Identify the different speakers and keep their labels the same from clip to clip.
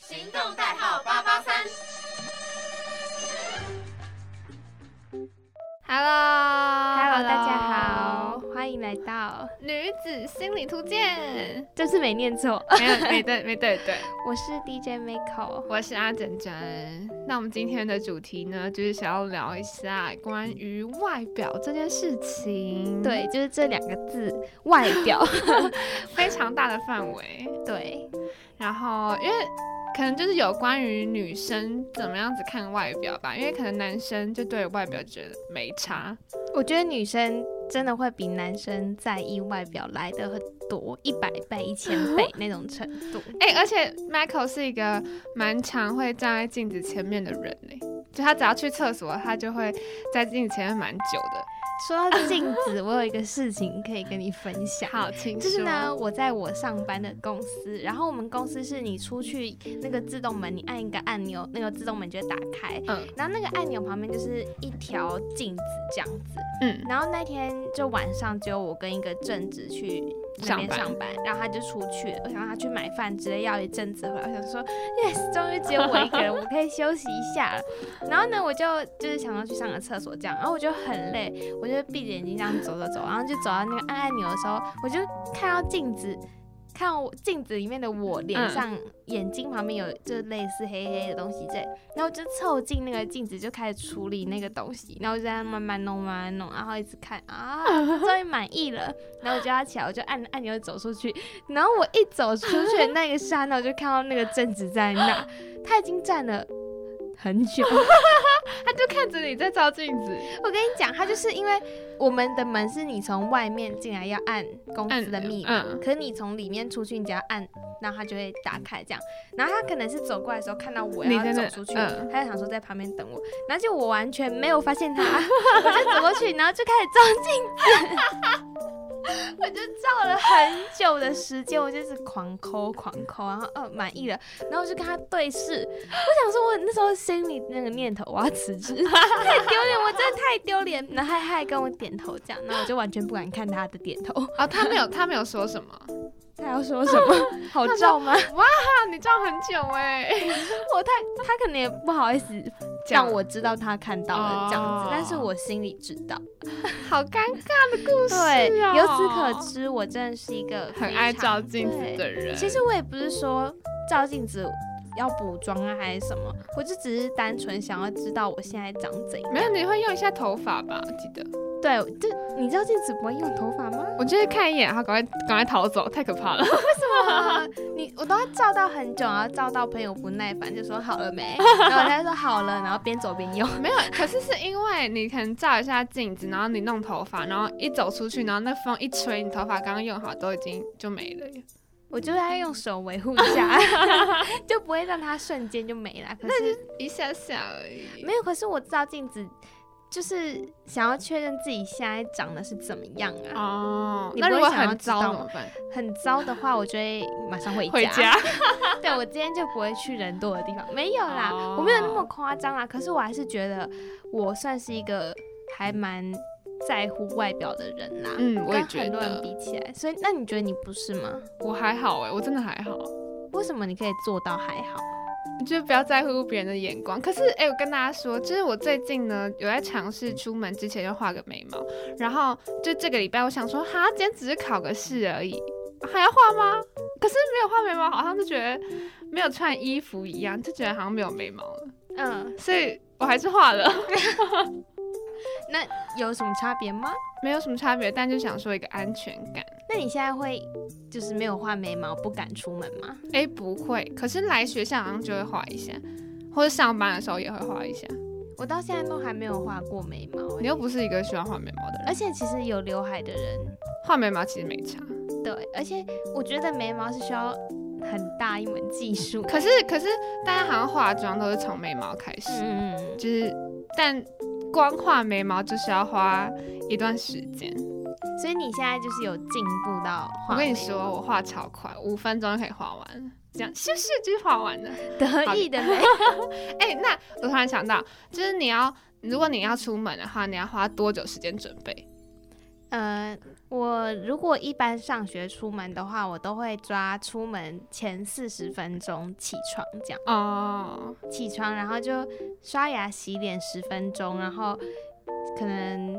Speaker 1: 行动代号八八三。
Speaker 2: Hello，Hello，
Speaker 3: 大家好，
Speaker 2: 欢迎来到
Speaker 3: 女子心理图鉴，
Speaker 2: 这次没念错，
Speaker 3: 没有没 对没对对，
Speaker 2: 我是 DJ Miko。
Speaker 3: 我是阿珍珍。那我们今天的主题呢，就是想要聊一下关于外表这件事情，
Speaker 2: 对，，就是这两个字，外表。
Speaker 3: 非常大的范围。
Speaker 2: 对，
Speaker 3: 然后因为可能就是有关于女生怎么样子看外表吧，因为可能男生就对外表觉得没差，
Speaker 2: 我觉得女生真的会比男生在意外表来的很多，一百倍、一千倍那种程度。
Speaker 3: 哎、而且 Michael 是一个蛮常会站在镜子前面的人呢、就他只要去厕所，他就会在镜子前面蛮久的。
Speaker 2: 说到镜子，我有一个事情可以跟你分享。
Speaker 3: 好，请
Speaker 2: 就是
Speaker 3: 说
Speaker 2: 呢，，我在我上班的公司，然后我们公司是你出去那个自动门，你按一个按钮，那个自动门就会打开，
Speaker 3: 嗯
Speaker 2: 然后那个按钮旁边就是一条镜子这样子。
Speaker 3: 嗯，
Speaker 2: 然后那天就晚上只有我跟一个正职去那边上班，然后他就出去了，我想让他去买饭之类，要一阵子回来，我想说 yes，终于只有我一个人，我可以休息一下了。然后呢，我就就是想要去上个厕所这样，然后我就很累，我就闭着眼睛这样走走走，然后就走到那个按按钮的时候，我就看到镜子。看到我镜子里面的我脸
Speaker 3: 嗯
Speaker 2: 上、眼睛旁边有就类似黑黑的东西在，然后我就凑近那个镜子就开始处理那个东西，然后我就在那慢慢弄慢慢弄，然后一直看啊，终于满意了，然后我就要起来，我就按按钮走出去，然后我一走出去的那个刹那，我就看到那个正子在那，他已经站了。很久，
Speaker 3: 他就看着你在照镜子，
Speaker 2: 我跟你讲，他就是因为我们的门是你从外面进来要按公司的密码，
Speaker 3: 嗯，
Speaker 2: 可是你从里面出去，你只要按，然后它就会打开这样。然后他可能是走过来的时候看到我
Speaker 3: 你
Speaker 2: 要
Speaker 3: 在
Speaker 2: 走
Speaker 3: 那
Speaker 2: 出去，
Speaker 3: 嗯
Speaker 2: 他就想说在旁边等我，然后就我完全没有发现他， 我就走过去，然后就开始照镜子， 我就照了很久的时间，我就一直狂抠狂抠，然后呃满意了，然后我就跟他对视，我想说我那时候心里那个念头我要辞职，太丢脸，我真的太丢脸，然后他还跟我点头这样，然后我就完全不敢看他的点头。
Speaker 3: 哦，他没有，他没有说什么，
Speaker 2: 他要说什 么？好照吗？
Speaker 3: 啊，你照很久哎、
Speaker 2: 欸我太他可能也不好意思
Speaker 3: 这样
Speaker 2: 让我知道他看到了这样
Speaker 3: 哦
Speaker 2: 子，但是我心里知道。
Speaker 3: 好尴尬的故事、
Speaker 2: 对
Speaker 3: 哦，，
Speaker 2: 由此可，知，我真的是一个
Speaker 3: 很
Speaker 2: 非
Speaker 3: 爱
Speaker 2: 常
Speaker 3: 照镜子的
Speaker 2: 对
Speaker 3: 人。
Speaker 2: 其实我也不是说照镜子要补妆啊还是什么，我就只是单纯想要知道我现在长怎样。
Speaker 3: 没有，你会用一下头发吧？我记得，
Speaker 2: 对，就你照镜子不会用头发吗？
Speaker 3: 我就是看一眼，然后赶快赶快逃走，太可 怕了。
Speaker 2: 哇 你我都要照到很久，然后照到朋友不耐烦就说好了 没，然后他就说好了，然后边走边用。
Speaker 3: 没有，可是是因为你可能照一下镜子，然后你弄头发，然后一走出去，然后那风一吹，你头发刚刚用好都已经就没了耶。
Speaker 2: 我就要用手维护一下， 就不会让它瞬间就没了。可是
Speaker 3: 一下下而已。
Speaker 2: 没有，可是我照镜子，就是想要确认自己现在长得是怎么样啊。
Speaker 3: 哦，
Speaker 2: 你不会
Speaker 3: 那如果
Speaker 2: 想要
Speaker 3: 很
Speaker 2: 知道
Speaker 3: 糟
Speaker 2: 吗
Speaker 3: 怎么办？
Speaker 2: 很糟的话，我就会马上回家。
Speaker 3: 回家
Speaker 2: 对我今天就不会去人多的地方。没有啦，
Speaker 3: 哦
Speaker 2: 我没有那么夸张啦。可是我还是觉得我算是一个还蛮在乎外表的人啦。
Speaker 3: 嗯我也
Speaker 2: 跟很
Speaker 3: 觉
Speaker 2: 多人
Speaker 3: 得
Speaker 2: 比起来，所以那你觉得你不是吗？
Speaker 3: 我还好哎，我真的还好，
Speaker 2: 为什么你可以做到还好？
Speaker 3: 我觉得不要在乎别人的眼光。可是哎、我跟大家说，就是我最近呢有在尝试出门之前就画个眉毛，然后就这个礼拜我想说，哈，今天只是考个试而已，还要画吗？可是没有画眉毛，好像就觉得没有穿衣服一样，就觉得好像没有眉毛了，
Speaker 2: 嗯，
Speaker 3: 所以我还是画了，
Speaker 2: 那有什么差别吗？
Speaker 3: 没有什么差别，但就想说一个安全感。
Speaker 2: 那你现在会就是没有画眉毛不敢出门吗？
Speaker 3: 哎、不会，可是来学校好像就会画一下，或者上班的时候也会画一下。
Speaker 2: 我到现在都还没有画过眉毛欸、
Speaker 3: 你又不是一个喜欢画眉毛的人，哎
Speaker 2: 而且其实有刘海的人，
Speaker 3: 画眉毛其实没差。
Speaker 2: 对，而且我觉得眉毛是需要很大一门技 术。
Speaker 3: 可是可是大家好像化妆都是从眉毛开始，
Speaker 2: 嗯，嗯，
Speaker 3: 就是但光画眉毛就是要花一段时间。
Speaker 2: 嗯所以你现在就是有进步到画
Speaker 3: 我跟你
Speaker 2: 眉
Speaker 3: 说，我画超快，五分钟就可以画完了。这样咻咻就画完了。
Speaker 2: 得意的 眉，
Speaker 3: 哎、那我突然想到，就是你要，如果你要出门的话，你要花多久时间准备？
Speaker 2: 呃，我如果一般上学出门的话，我都会抓出门前四十分钟起床，这样
Speaker 3: 哦，
Speaker 2: 起床，然后就刷牙、洗脸十分钟，然后可能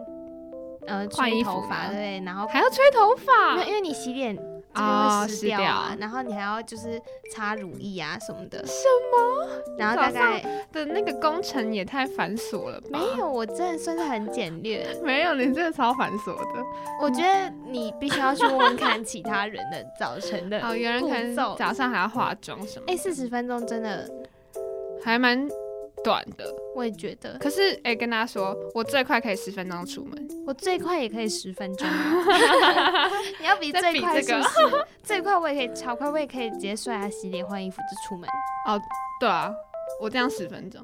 Speaker 2: 呃
Speaker 3: 换
Speaker 2: 吹
Speaker 3: 衣服
Speaker 2: 头发
Speaker 3: 吗
Speaker 2: 对，然后
Speaker 3: 还要吹头发
Speaker 2: 没有因为你洗脸这边
Speaker 3: 哦
Speaker 2: 会湿掉啊
Speaker 3: 湿掉
Speaker 2: 然后你还要就是擦乳液啊什么的，
Speaker 3: 什么
Speaker 2: 然后大
Speaker 3: 早上
Speaker 2: 概哦
Speaker 3: 的那个工程也太繁琐了吧？
Speaker 2: 没有，我真的算是很简略。
Speaker 3: 没有，你真的超繁琐的。
Speaker 2: 我觉得你必须要去问问看其他人的早晨 的
Speaker 3: 哦，原来可能
Speaker 2: 呃步骤。
Speaker 3: 早上还要化妆什么的，
Speaker 2: 哎，四十分钟真的，
Speaker 3: 还蛮短的。
Speaker 2: 我也觉得，
Speaker 3: 可是哎、跟大家说，我最快可以十分钟出门，
Speaker 2: 我最快也可以十分钟啊。 你要比
Speaker 3: 再
Speaker 2: 最
Speaker 3: 比
Speaker 2: 快
Speaker 3: 这
Speaker 2: 是
Speaker 3: 个
Speaker 2: 不 是？最快我也可以，超快我也可以直接刷牙、洗脸、换衣服就出门。
Speaker 3: 对啊，我这样十分钟。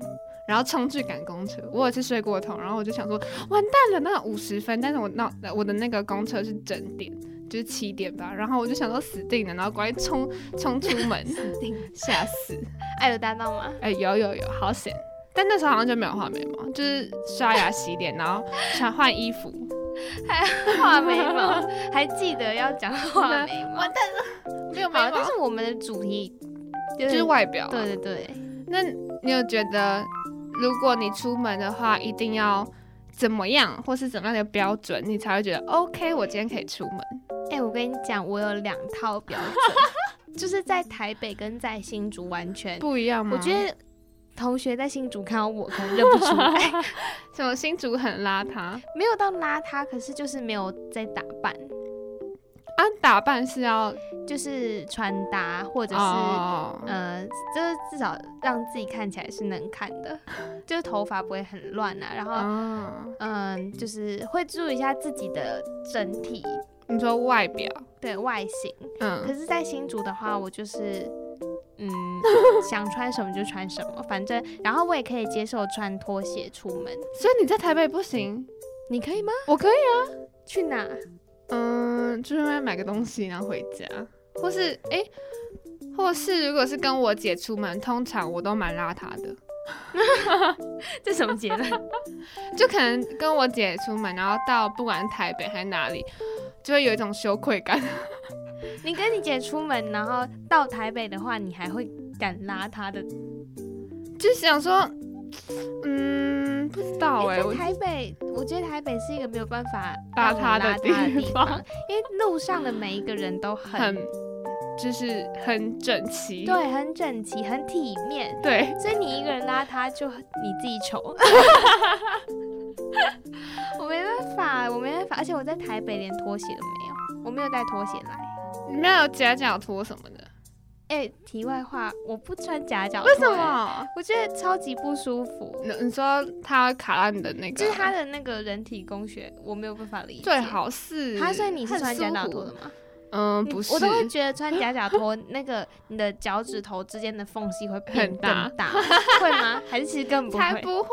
Speaker 3: 然后冲去赶公车，我有一次睡过头，然后我就想说完蛋了，那五十分，但是我那我的那个公车是整点，就是七点吧，然后我就想说死定了，然后赶快冲冲出 门，吓死！
Speaker 2: 爱有搭档 吗？
Speaker 3: 哎、有有有，好险！但那时候好像就没有画眉毛，就是刷牙、洗脸，然后想换衣服。
Speaker 2: 画眉毛，还记得要 讲画眉毛。
Speaker 3: 完蛋了，没有眉
Speaker 2: 好，但
Speaker 3: 毛，
Speaker 2: 是我嗯们的主题就
Speaker 3: 就是外表、啊。
Speaker 2: 对对对，
Speaker 3: 那你有觉得，如果你出门的话，一定要怎么样，或是怎么样的标准，你才会觉得 OK，我今天可以出门？
Speaker 2: 哎、我跟你讲，我有两套标准，就是在台北跟在新竹完全，
Speaker 3: 不一样吗？
Speaker 2: 我觉得同学在新竹看到我可能认不出 来，
Speaker 3: 什么新竹很邋遢啊，
Speaker 2: 没有到邋遢，可是就是没有在打扮，
Speaker 3: 打扮是要
Speaker 2: 就是穿搭或者是、
Speaker 3: 哦
Speaker 2: 呃，就是至少让自己看起来是能看的，就是头发不会很乱啊，然后
Speaker 3: 哦，
Speaker 2: 嗯，就是会注意一下自己的整体
Speaker 3: 你说外表，
Speaker 2: 对外形。可
Speaker 3: 嗯，
Speaker 2: 是，在新竹的话，我就是 嗯，想穿什么就穿什么，反正然后我也可以接受穿拖鞋出门。
Speaker 3: 所以你在台北不行，
Speaker 2: 你可以吗？
Speaker 3: 我可以。
Speaker 2: 去哪？
Speaker 3: 嗯，就是外面买个东西，然后回家，或是诶，或是如果是跟我姐出门，通常我都蛮邋遢的，
Speaker 2: 这什么结论？
Speaker 3: 就可能跟我姐出门，然后到不管是台北还是哪里，就会有一种羞愧感。
Speaker 2: 你跟你姐出门，然后到台北的话，你还会敢邋遢的？
Speaker 3: 就想说，嗯，不知道
Speaker 2: 因
Speaker 3: 哎、
Speaker 2: 为
Speaker 3: 我
Speaker 2: 在台北，我觉得台北是一个没有办法
Speaker 3: 邋
Speaker 2: 让我
Speaker 3: 遢的
Speaker 2: 邋
Speaker 3: 地
Speaker 2: 遢的地
Speaker 3: 方
Speaker 2: 方，因为路上的每一个人都
Speaker 3: 很就是很整齐，
Speaker 2: 对，很整齐，很体面。
Speaker 3: 对，
Speaker 2: 所以你一个人邋遢就你自己丑。 我没办法，我没办法，而且我在台北连拖鞋都没有，我没有带拖鞋来。
Speaker 3: 你没有夹脚拖什么的，
Speaker 2: 哎、题外话，我不穿夹脚拖，欸
Speaker 3: 为什？么？
Speaker 2: 我觉得超级不舒服，
Speaker 3: 你你说它卡到你的那个，
Speaker 2: 就是它的那个人体工学，我没有办法理解。
Speaker 3: 啊最，好是
Speaker 2: 他所以你是
Speaker 3: 很
Speaker 2: 穿夹
Speaker 3: 舒
Speaker 2: 脚
Speaker 3: 服
Speaker 2: 拖的吗？
Speaker 3: 嗯，
Speaker 2: 你
Speaker 3: 不是，
Speaker 2: 我都会觉得穿夹脚拖，那个你的脚趾头之间的缝隙会变
Speaker 3: 很大
Speaker 2: 更大会吗？还是其实根本不
Speaker 3: 才
Speaker 2: 会？
Speaker 3: 不会，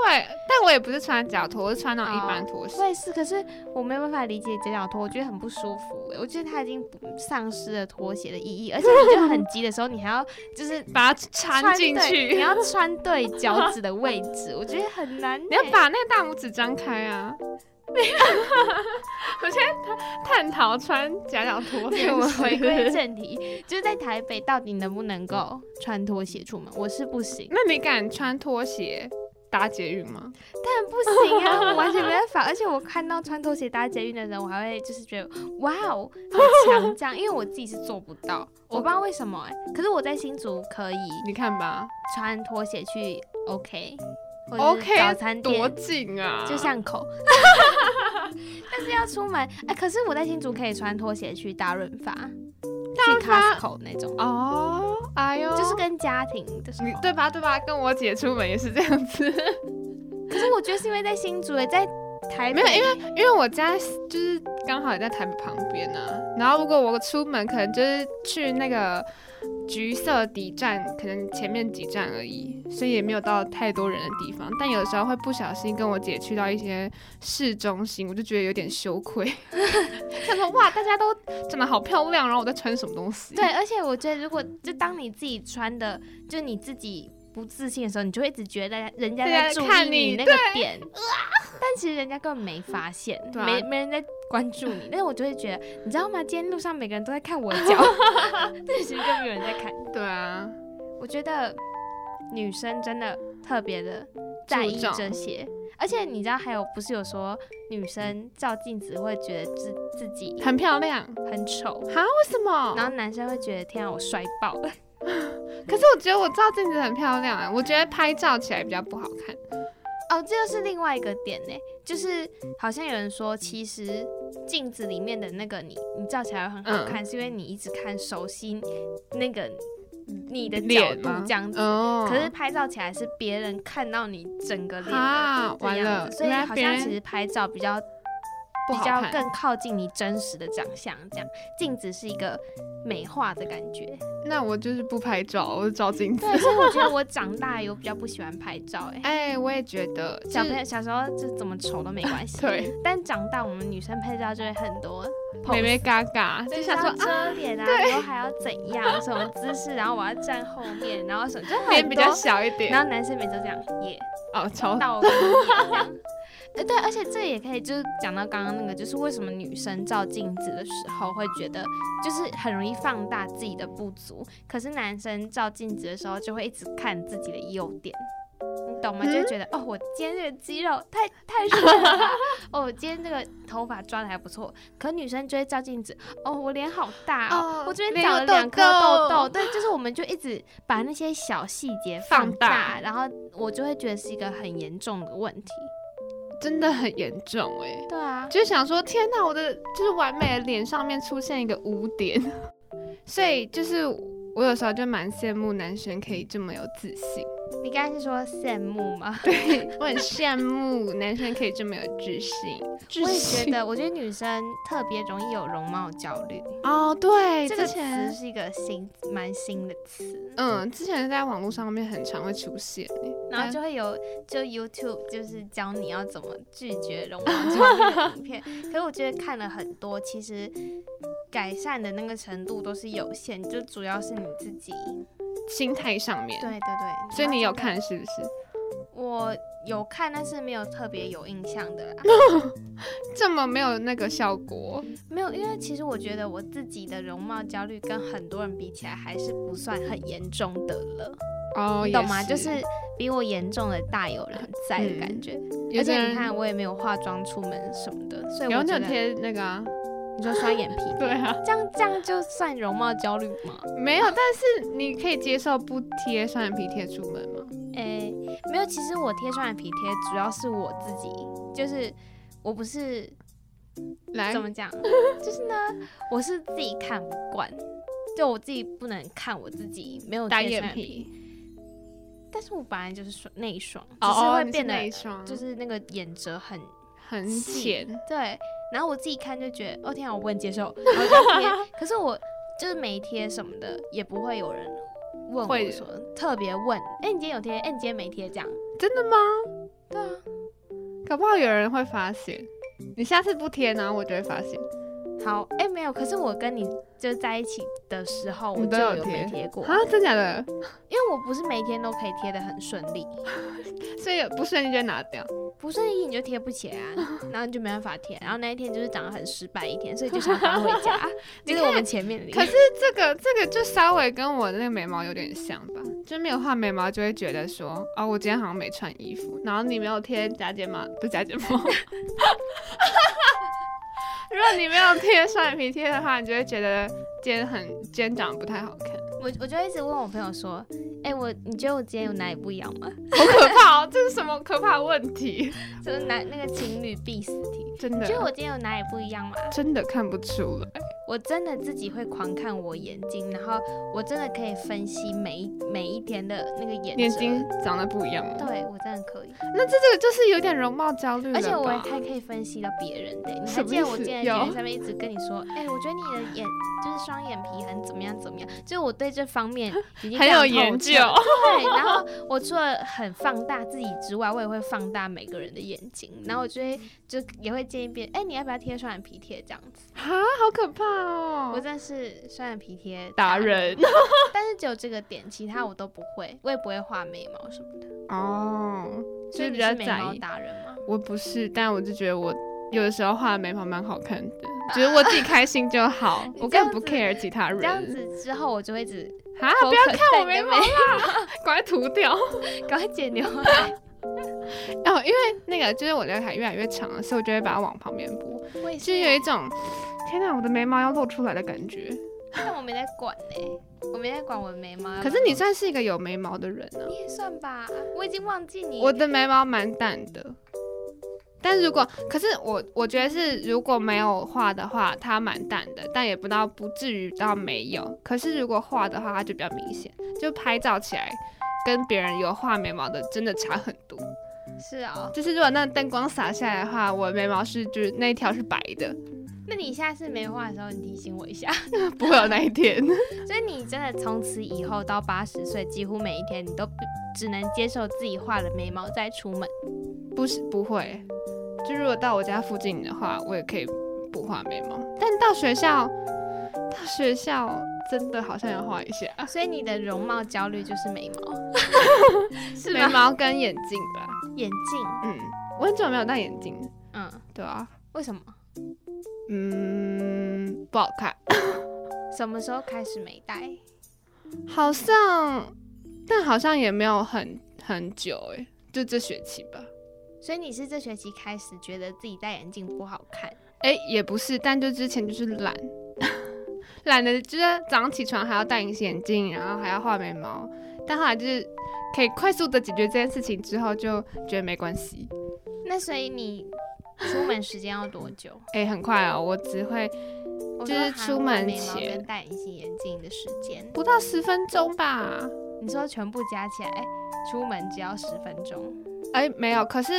Speaker 3: 但我也不是穿脚拖，我是穿那种一般拖鞋。
Speaker 2: 我也是，可是我没有办法理解夹脚拖，我觉得很不舒服、欸。我觉得它已经不丧失了拖鞋的意义，而且你就很急的时候，你还要就是
Speaker 3: 把它掺
Speaker 2: 穿
Speaker 3: 进
Speaker 2: 对你
Speaker 3: 去，
Speaker 2: 要穿对脚趾的位置，我觉得很难、欸。
Speaker 3: 你要把那个大拇指张开啊！ 我现在探讨穿夹脚拖这
Speaker 2: 对，
Speaker 3: 件
Speaker 2: 我
Speaker 3: 事，
Speaker 2: 回归正题，就是在台北到底能不能够穿拖鞋出门？我是不行，
Speaker 3: 那你敢穿拖鞋搭捷运吗？
Speaker 2: 但不行啊，我完全没办法。而且我看到穿拖鞋搭捷运的人，我还会就是觉得哇哦，好 强这样，因为我自己是做不到，我不知道为什么哎、可是我在新竹可以，
Speaker 3: 你看吧，
Speaker 2: 穿拖鞋去 OK，或者是
Speaker 3: OK
Speaker 2: 早餐
Speaker 3: 多
Speaker 2: 店
Speaker 3: 近啊！
Speaker 2: 就巷 口，但是要出门哎、可是我在新竹可以穿拖鞋去大润发，
Speaker 3: 润
Speaker 2: 去
Speaker 3: 发
Speaker 2: Costco 那种，
Speaker 3: 哦，哎呦，
Speaker 2: 就是跟家庭的时
Speaker 3: 你
Speaker 2: 候。
Speaker 3: 对吧？对吧？跟我姐出门也是这样子，
Speaker 2: 可是我觉得是因为在新竹哎、在台
Speaker 3: 没
Speaker 2: 北
Speaker 3: 有，因为因为我家就是刚好也在台北旁边啊。然后如果我出门，可能就是去那个橘色底站，可能前面几站而已，所以也没有到太多人的地方。但有的时候会不小心跟我姐去到一些市中心，我就觉得有点羞愧，想说哇，大家都长得好漂亮，然后我在穿什么东西？
Speaker 2: 对，而且我觉得如果就当你自己穿的，就你自己不自信的时候，你就会一直觉得人家
Speaker 3: 对啊
Speaker 2: 在注意
Speaker 3: 看
Speaker 2: 你
Speaker 3: 你
Speaker 2: 那个点，但其实人家根本没发现，
Speaker 3: 对啊
Speaker 2: 没没人在关注你，但是我就会觉得，你知道吗？今天路上每个人都在看我的 脚，但其实就没有人在看。
Speaker 3: 对啊，
Speaker 2: 我觉得女生真的特别的在意
Speaker 3: 注重
Speaker 2: 这些，而且你知道，还有不是有说女生照镜子会觉得自自己
Speaker 3: 很漂亮
Speaker 2: 很丑，
Speaker 3: 哈，为什么？
Speaker 2: 然后男生会觉得天啊，我帅爆了。
Speaker 3: 可是我觉得我照镜子很漂亮啊，我觉得拍照起来比较不好看。
Speaker 2: 哦，这就是另外一个点呢，就是好像有人说，其实镜子里面的那个你，你照起来会很好看，是因为你一直看熟悉那个你的角
Speaker 3: 脸
Speaker 2: 度
Speaker 3: 吗
Speaker 2: 这样子。
Speaker 3: 哦，
Speaker 2: 嗯可是拍照起来是别人看到你整个脸的
Speaker 3: 啊，
Speaker 2: 这
Speaker 3: 完
Speaker 2: 样
Speaker 3: 了，
Speaker 2: 子，所以
Speaker 3: 原来
Speaker 2: 好
Speaker 3: 别
Speaker 2: 像
Speaker 3: 人
Speaker 2: 其实拍照比较比
Speaker 3: 不好
Speaker 2: 较
Speaker 3: 看
Speaker 2: 更靠近你真实的长相，这样镜子是一个美化的感觉。
Speaker 3: 那我就是不拍照，我就照镜子。
Speaker 2: 对，所以我觉得我长大有比较不喜欢拍照，哎，
Speaker 3: 哎，我也觉得，就是
Speaker 2: 小朋友小时候就怎么丑都没关系，
Speaker 3: 对，
Speaker 2: 但长大，我们女生拍照就会很多 pose，
Speaker 3: 美美嘎嘎，就
Speaker 2: 就
Speaker 3: 想
Speaker 2: 想
Speaker 3: 说
Speaker 2: 说
Speaker 3: 啊，
Speaker 2: 遮脸啊，然后还要怎样，什么姿势，然后我要站后面，然后什么， 就
Speaker 3: 脸
Speaker 2: 很
Speaker 3: 比较
Speaker 2: 多。
Speaker 3: 小一点
Speaker 2: 然，后男生每次都这样，耶，
Speaker 3: 哦，超
Speaker 2: 到我这样。呃，对，而且这也可以，就是讲到刚刚那个，就是为什么女生照镜子的时候会觉得，就是很容易放大自己的不足，可是男生照镜子的时候就会一直看自己的优点，你懂吗？就会觉得、哦，我今天这个肌肉太太顺了吧，哦，我今天这个头发抓的还不错。可女生就会照镜子，哦，我脸好大哦，
Speaker 3: 哦
Speaker 2: 我这边
Speaker 3: 脸
Speaker 2: 长
Speaker 3: 有
Speaker 2: 了两
Speaker 3: 痘
Speaker 2: 颗痘痘，
Speaker 3: 痘
Speaker 2: 对，就是我们就一直把那些小细节
Speaker 3: 放
Speaker 2: 放大
Speaker 3: 大
Speaker 2: 然后我就会觉得是一个很严重的问题。
Speaker 3: 真的很严重哎。
Speaker 2: 对啊，
Speaker 3: 就想说，天哪，我的就是完美的脸上面出现一个污点， 所以就是我有时候就蛮羡慕男生可以这么有自信，
Speaker 2: 你刚才是说羡慕吗？
Speaker 3: 我很羡慕男生可以这么有自信，
Speaker 2: 我
Speaker 3: 自
Speaker 2: 也觉
Speaker 3: 信
Speaker 2: 得，我觉得女生特别容易有容貌焦虑，
Speaker 3: 哦，对，
Speaker 2: 这个
Speaker 3: 之
Speaker 2: 词
Speaker 3: 前
Speaker 2: 是一个新蛮新的词，
Speaker 3: 嗯，之前在网络上面很常会出现欸，
Speaker 2: 然后
Speaker 3: 但
Speaker 2: 就会有就 YouTube 就是教你要怎么拒绝容貌焦虑的影 片，可是我觉得看了很多，其实改善的那个程度都是有限，就主要是你自己。
Speaker 3: 心态上面
Speaker 2: 对，对对，
Speaker 3: 所以你
Speaker 2: 要
Speaker 3: 有
Speaker 2: 真的
Speaker 3: 看是不是？嗯
Speaker 2: 我有看，但是没有特别有印象的啊 啦。
Speaker 3: 这么没有那个效果，
Speaker 2: 没有，因为其实我觉得我自己的容貌焦虑跟很多人比起来，还是不算很严重的了，
Speaker 3: 哦，
Speaker 2: 你
Speaker 3: 也
Speaker 2: 懂吗？就是比我严重的大有人在的感觉。
Speaker 3: 嗯有
Speaker 2: 而且
Speaker 3: 些
Speaker 2: 你
Speaker 3: 人
Speaker 2: 看，我也没有化妆出门什么的，所以
Speaker 3: 有
Speaker 2: 我
Speaker 3: 人
Speaker 2: 觉
Speaker 3: 就
Speaker 2: 得
Speaker 3: 贴那个啊，
Speaker 2: 你说双眼皮，
Speaker 3: 对啊，
Speaker 2: 这样这样就算容貌焦虑吗？
Speaker 3: 没 有，但是你可以接受不贴双眼皮贴出门吗？
Speaker 2: 诶、没有，其实我贴双眼皮贴主要是我自己，就是我不是
Speaker 3: 来
Speaker 2: 怎，
Speaker 3: 哎
Speaker 2: 么讲？ 就是呢，我是自己看不惯，就我自己不能看我自己没有
Speaker 3: 打
Speaker 2: 贴
Speaker 3: 眼
Speaker 2: 双
Speaker 3: 皮，
Speaker 2: 但是我本来就是双内双，只是
Speaker 3: 哦，
Speaker 2: 会
Speaker 3: 你是
Speaker 2: 变
Speaker 3: 那一
Speaker 2: 得
Speaker 3: 双，
Speaker 2: 就是那个眼褶很
Speaker 3: 很
Speaker 2: 细
Speaker 3: 浅，
Speaker 2: 对，然后我自己看就觉得，哦天啊，我不能接 受，然后就贴。可是我就是没贴什么的，也不会有人问
Speaker 3: 会
Speaker 2: 我说特别问，哎、你今天有贴，哎、你今天没贴这样。
Speaker 3: 真的吗？
Speaker 2: 对啊，
Speaker 3: 搞不好有人会发现，你下次不贴，然后我就会发现。
Speaker 2: 好，哎、没有，可是我跟你就在一起的时候，哦我
Speaker 3: 你
Speaker 2: 就
Speaker 3: 都有
Speaker 2: 有没
Speaker 3: 贴
Speaker 2: 贴过，
Speaker 3: 啊，真假的？
Speaker 2: 因为我不是每一天都可以贴的很顺利，
Speaker 3: 所以不顺利就拿掉。
Speaker 2: 不顺利你就贴不起来啊， 然后你就没办法贴，然后那一天就是长得很失败一天，所以就想赶快回家，这是我们前面的理由。
Speaker 3: 可是这个这个就稍微跟我的那个眉毛有点像吧，就没有画眉毛就会觉得说，哦，我今天好像没穿衣服，然后你没有贴假睫毛，不是假睫 毛。如果你没有贴双眼皮贴的话，你就会觉得今天很今天长得不太好 看，
Speaker 2: 我 我就一直问我朋友说，哎、我你觉得我今天有哪里不一样 吗？
Speaker 3: 好可怕哦！这是什么可怕的问题？
Speaker 2: 就是哪那个情侣必死题，
Speaker 3: 真
Speaker 2: 你
Speaker 3: 的
Speaker 2: 觉得我今天有哪里不一样吗？
Speaker 3: 真的看不出来。
Speaker 2: 我真的自己会狂看我眼睛，然后我真的可以分析每一每一天的那个眼
Speaker 3: 眼
Speaker 2: 褶
Speaker 3: 睛长得不一样吗？
Speaker 2: 对我真的可以，
Speaker 3: 那这这个就是有点容貌焦虑了吧，
Speaker 2: 而且我还可以分析到别人的、你还
Speaker 3: 什么
Speaker 2: 记得
Speaker 3: 意
Speaker 2: 我
Speaker 3: 思
Speaker 2: 今天
Speaker 3: 有
Speaker 2: 在上面一直跟你说，哎、我觉得你的眼就是双眼皮很怎么样怎么样，就是我对这方面已 经
Speaker 3: 很
Speaker 2: 非常
Speaker 3: 有研
Speaker 2: 透彻
Speaker 3: 究
Speaker 2: 对，然后我除了很放大自己之外，我也会放大每个人的眼睛，然后我就会
Speaker 3: 嗯
Speaker 2: 就也会建议别人，哎、你要不要贴双眼皮贴这样子？
Speaker 3: 啊，好可怕哦！
Speaker 2: 我真的是双眼皮贴
Speaker 3: 达人，
Speaker 2: 但是只有这个点，其他我都不会，我也不会画眉毛什么的。
Speaker 3: 哦，就
Speaker 2: 所以
Speaker 3: 是
Speaker 2: 你
Speaker 3: 比较
Speaker 2: 是眉
Speaker 3: 在
Speaker 2: 毛
Speaker 3: 意。
Speaker 2: 达人吗？
Speaker 3: 我不是，但我就觉得我有的时候画的眉毛蛮好看的，觉得我自己开心就 好，我根本不
Speaker 2: 啊这
Speaker 3: care 其他人。
Speaker 2: 这样子之后我就会一直
Speaker 3: 啊，
Speaker 2: focus
Speaker 3: 不要看
Speaker 2: 在
Speaker 3: 我
Speaker 2: 你的
Speaker 3: 眉毛 啦，赶快涂掉。
Speaker 2: 赶快剪刘海。
Speaker 3: 哦，因为那个就是我刘海越来越长了，所以我就会把它往旁边拨，
Speaker 2: 我也
Speaker 3: 就是有一种天哪，我的眉毛要露出来的感觉。
Speaker 2: 嗯但我没在管呢、我没在管我的眉毛。
Speaker 3: 可是你算是一个有眉毛的人啊呢、
Speaker 2: 你也算吧，我已经忘记你。
Speaker 3: 我的眉毛蛮淡的，但如果可是我我觉得是如果没有画的话，它蛮淡的，但也不到不至于到没有。可是如果画的话，它就比较明显，就拍照起来跟别人有画眉毛的真的差很多。
Speaker 2: 是哦，
Speaker 3: 就是如果那灯光洒下来的话，我的眉毛是就是那一条是白的，
Speaker 2: 那你下次没画的时候，你提醒我一下。
Speaker 3: 不会有那一天。
Speaker 2: 所以你真的从此以后到八十岁，几乎每一天你都不只能接受自己画了眉毛再出门。
Speaker 3: 不是不会，就如果到我家附近的话，我也可以不画眉毛。但到学校，到学校真的好像要画一下，
Speaker 2: 所以你的容貌焦虑就是眉 毛，是
Speaker 3: 眉
Speaker 2: 吗？
Speaker 3: 毛跟眼镜吧。
Speaker 2: 眼镜，
Speaker 3: 啊嗯，我很久没有戴眼镜了，
Speaker 2: 嗯，
Speaker 3: 对啊，
Speaker 2: 为什么？
Speaker 3: 嗯，不好看，
Speaker 2: 什么时候开始没戴？
Speaker 3: 好像，但好像也没有很很久哎、就这学期吧。
Speaker 2: 所以你是这学期开始觉得自己戴眼镜不好看，
Speaker 3: 哎、也不是，但就之前就是懒， 懒得就是早上起床还要戴隐形眼镜，然后还要画眉毛，但后来就是可以快速的解决这件事情之后，就觉得没关系。
Speaker 2: 那所以你出门时间要多久？
Speaker 3: 哎、很快哦，我只会
Speaker 2: 我
Speaker 3: 就
Speaker 2: 说
Speaker 3: 是
Speaker 2: 含
Speaker 3: 出
Speaker 2: 我
Speaker 3: 门
Speaker 2: 眉毛
Speaker 3: 前
Speaker 2: 跟戴隐形眼镜的时间，
Speaker 3: 不到十分钟吧。
Speaker 2: 你说全部加起来，哎出门只要十分钟，
Speaker 3: 哎、没有，可是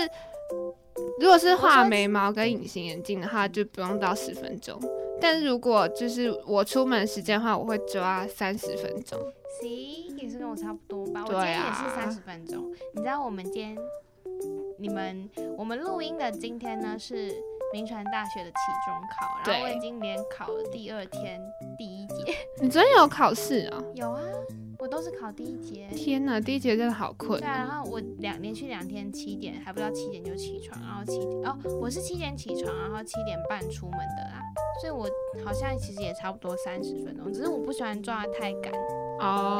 Speaker 3: 如果是
Speaker 2: 我
Speaker 3: 画
Speaker 2: 说
Speaker 3: 眉毛跟隐形眼镜的话，就不用到十分钟。但如果就是我出门时间的话，我会抓三十分钟。
Speaker 2: 行，也是跟我差不多吧。我
Speaker 3: 对
Speaker 2: 今天也
Speaker 3: 啊
Speaker 2: 是三十分钟。你知道我们今天，你们我们录音的今天呢是民传大学的期中考，然后我
Speaker 3: 对
Speaker 2: 已经连考了第二天第一节，
Speaker 3: 你昨天有考试啊、
Speaker 2: 有啊，我都是考第一节。
Speaker 3: 天哪，第一节真的好困
Speaker 2: 对。啊，然后我两连续两天七点还不到七点就起床，然后七点哦，我是七点起床，然后七点半出门的啦，所以我好像其实也差不多三十分钟，只是我不喜欢抓得太赶，
Speaker 3: 哦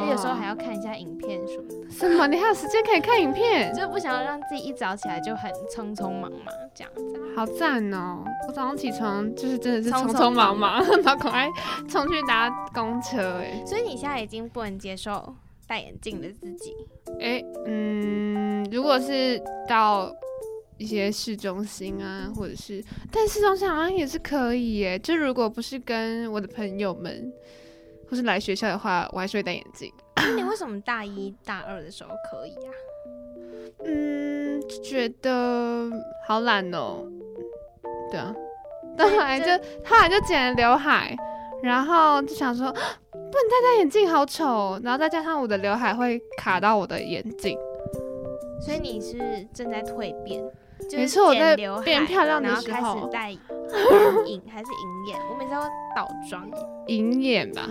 Speaker 2: 而哎且有时候还要看一下影片什么的，
Speaker 3: 什么？你还有时间可以看影片，
Speaker 2: 就不想要让自己一早起来就很匆匆忙忙这样子啊。
Speaker 3: 好赞哦！我早上起床就是真的是
Speaker 2: 匆
Speaker 3: 匆
Speaker 2: 匆
Speaker 3: 匆忙忙， 然后赶快冲去搭公车。哎
Speaker 2: 所以你现在已经不能接受戴眼镜的自己，
Speaker 3: 哎，嗯，如果是到一些市中心啊，或者是，但市中心好像也是可以耶。就如果不是跟我的朋友们，或是来学校的话，我还是会戴眼镜。
Speaker 2: 那你为什么大一大二的时候可以啊？
Speaker 3: 嗯，觉得好懒哦。对啊，但后来就后来就剪了刘海，然后就想说不能再戴眼镜，好丑、哦。然后再加上我的刘海会卡到我的眼镜，
Speaker 2: 所以你是正在蜕变，就是、
Speaker 3: 没错我在
Speaker 2: 刘海
Speaker 3: 变漂亮的
Speaker 2: 然后
Speaker 3: 时
Speaker 2: 开
Speaker 3: 候
Speaker 2: 始 戴眼影还是银眼，我每次都倒妆，
Speaker 3: 银眼吧。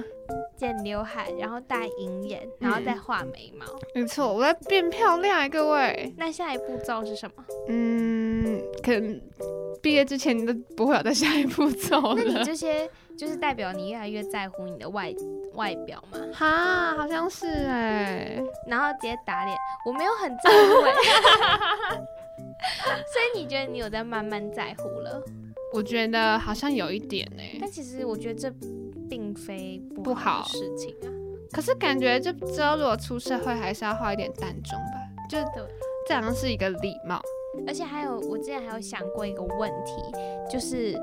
Speaker 2: 剪刘海，然后戴银眼，然后再画眉毛。
Speaker 3: 没错，我在变漂亮哎，各位。
Speaker 2: 那下一步骤是什 么？
Speaker 3: 嗯，可能毕业之前你都不会有在下一步走
Speaker 2: 那你
Speaker 3: 了。
Speaker 2: 这些就是代表你越来越在乎你的外外表 嘛，
Speaker 3: 哈，好像是哎、
Speaker 2: 然后直接打脸。我没有很在乎、欸， 所以你觉得你有在慢慢在乎了？
Speaker 3: 我觉得好像有一点哎、
Speaker 2: 但其实我觉得这并非不
Speaker 3: 不
Speaker 2: 好
Speaker 3: 好
Speaker 2: 的事情啊。
Speaker 3: 可是感觉就之后如果出社会，还是要画一点淡妆吧，就
Speaker 2: 对
Speaker 3: 这好像是一个礼貌。
Speaker 2: 而且还有，我之前还有想过一个问题，就是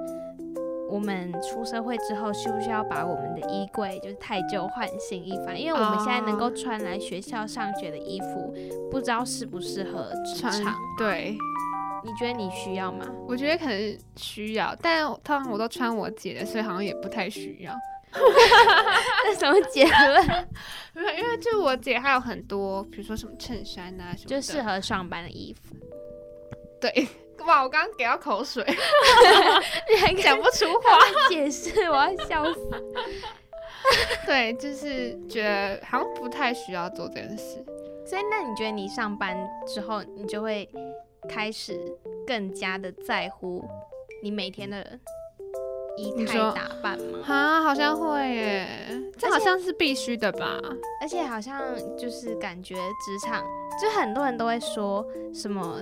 Speaker 2: 我们出社会之后，需不需要把我们的衣柜就是太旧换新衣番？因为我们现在能够
Speaker 3: 哦
Speaker 2: 穿来学校上学的衣服，不知道适不适合职
Speaker 3: 穿
Speaker 2: 场。
Speaker 3: 对，
Speaker 2: 你觉得你需要 吗？
Speaker 3: 我觉得可能需要，但通常我都穿我姐的，所以好像也不太需要。
Speaker 2: 那什么结论？
Speaker 3: 因为因为就我姐还有很多，比如说什么衬衫啊什么的，
Speaker 2: 就适合上班的衣 服。
Speaker 3: 对。哇，我刚刚给到口水，
Speaker 2: 你还
Speaker 3: 讲不出话。
Speaker 2: 解释？我要笑死。
Speaker 3: 对，就是觉得好像不太需要做这件事。
Speaker 2: 所以，那你觉得你上班之后，你就会开始更加的在乎你每天的仪
Speaker 3: 你
Speaker 2: 态
Speaker 3: 说
Speaker 2: 打扮吗？
Speaker 3: 啊，好像会耶，这
Speaker 2: 而
Speaker 3: 好
Speaker 2: 且
Speaker 3: 像是必须的吧？
Speaker 2: 而且好像就是感觉职场，就很多人都会说什么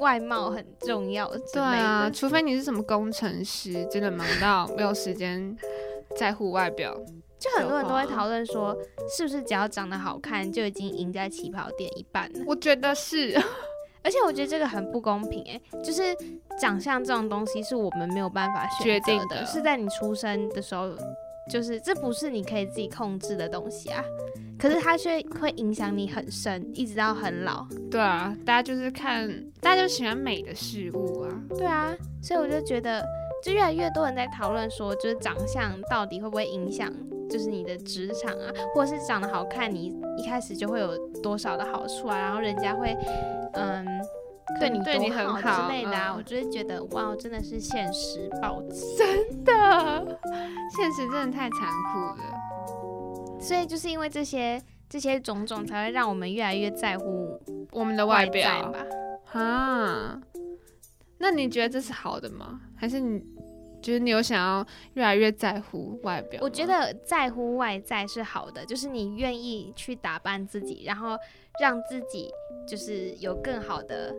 Speaker 2: 外貌很重要之
Speaker 3: 对
Speaker 2: 类
Speaker 3: 啊，
Speaker 2: 的。
Speaker 3: 除非你是什么工程师，真的忙到没有时间在乎外表。
Speaker 2: 就很多人都会
Speaker 3: 有啊
Speaker 2: 讨论说，是不是只要长得好看就已经赢在起跑点一半了？
Speaker 3: 我觉得是，
Speaker 2: 而且我觉得这个很不公平哎、就是长相这种东西是我们没有办法选择
Speaker 3: 决定
Speaker 2: 的，
Speaker 3: 的
Speaker 2: 是在你出生的时候，就是这不是你可以自己控制的东西啊。可是它却会影响你很深，一直到很老。
Speaker 3: 对啊，大家就是看，大家就喜欢美的事物啊。
Speaker 2: 对啊，所以我就觉得，就越来越多人在讨论说，就是长相到底会不会影响，就是你的职场啊，或者是长得好看，你一开始就会有多少的好处啊，然后人家会，嗯，对你
Speaker 3: 对
Speaker 2: 多
Speaker 3: 你很
Speaker 2: 之
Speaker 3: 好
Speaker 2: 类的啊，
Speaker 3: 嗯
Speaker 2: 我就会觉得哇，真的是现实暴击。
Speaker 3: 的，现实真的太残酷了。
Speaker 2: 所以就是因为这些这些种种，才会让我们越来越在乎
Speaker 3: 我们的
Speaker 2: 外在
Speaker 3: 表
Speaker 2: 吧。
Speaker 3: 啊，那你觉得这是好的吗？还是你觉得你有想要越来越在乎外表吗？
Speaker 2: 我觉得在乎外在是好的，就是你愿意去打扮自己，然后让自己就是有更好的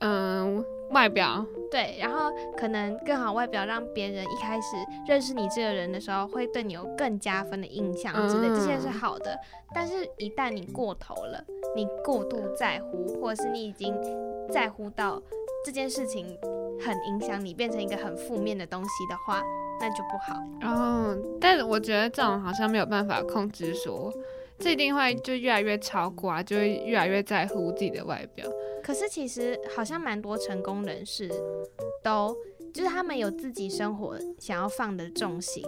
Speaker 3: 嗯，外表
Speaker 2: 对，然后可能更好外表，让别人一开始认识你这个人的时候，会对你有更加分的印象之类，这些是
Speaker 3: 嗯
Speaker 2: 好的。但是，一旦你过头了，你过度在乎，或者是你已经在乎到这件事情很影响你，变成一个很负面的东西的话，那就不好。
Speaker 3: 然后，但是我觉得这种好像没有办法控制说。这一定会就越来越超过啊，就会越来越在乎自己的外表。
Speaker 2: 可是其实好像蛮多成功人士都，就是他们有自己生活想要放的重心，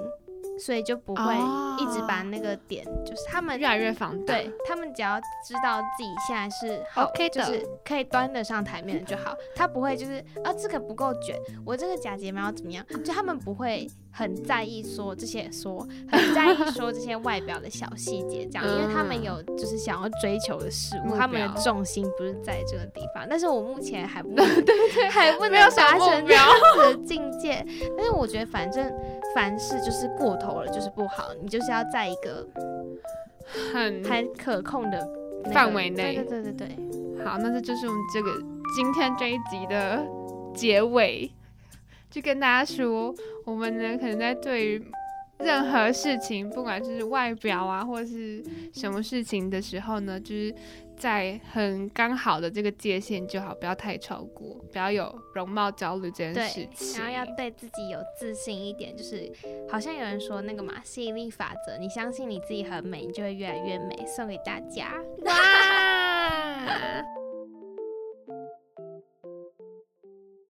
Speaker 2: 所以就不会
Speaker 3: 哦
Speaker 2: 一直把那个点，就是他们
Speaker 3: 越来越放大。
Speaker 2: 对他们只要知道自己现在是好
Speaker 3: OK
Speaker 2: 就
Speaker 3: 的
Speaker 2: 是可以端得上台面的就好。他不会就是啊这个不够卷，我这个假睫毛要怎么样？就他们不会很在意说这些说，很在意说这些外表的小细节这样，因为他们
Speaker 3: 嗯
Speaker 2: 有就是想要追求的事物，
Speaker 3: 目
Speaker 2: 他们的
Speaker 3: 标
Speaker 2: 重心不是在这个地方。但是我目前 还不还不
Speaker 3: 没
Speaker 2: 能
Speaker 3: 有什
Speaker 2: 达
Speaker 3: 么
Speaker 2: 成这
Speaker 3: 目标
Speaker 2: 样子的境界，但是我觉得反正凡事就是过头了就是不好，你就是要在一个。
Speaker 3: 很
Speaker 2: 还可控的那个
Speaker 3: 范围内
Speaker 2: 对对对对对，
Speaker 3: 好，那这就是我们这个今天这一集的结尾，就跟大家说，我们呢可能在对于任何事情，不管是外表啊，或是什么事情的时候呢，就是在很刚好的这个界限就好，不要太超过，不要有容貌焦虑这件事
Speaker 2: 对
Speaker 3: 情。
Speaker 2: 然后 要对自己有自信一点，就是好像有人说那个嘛吸引力法则，你相信你自己很美，你就会越来越美，送给大家。
Speaker 3: 哇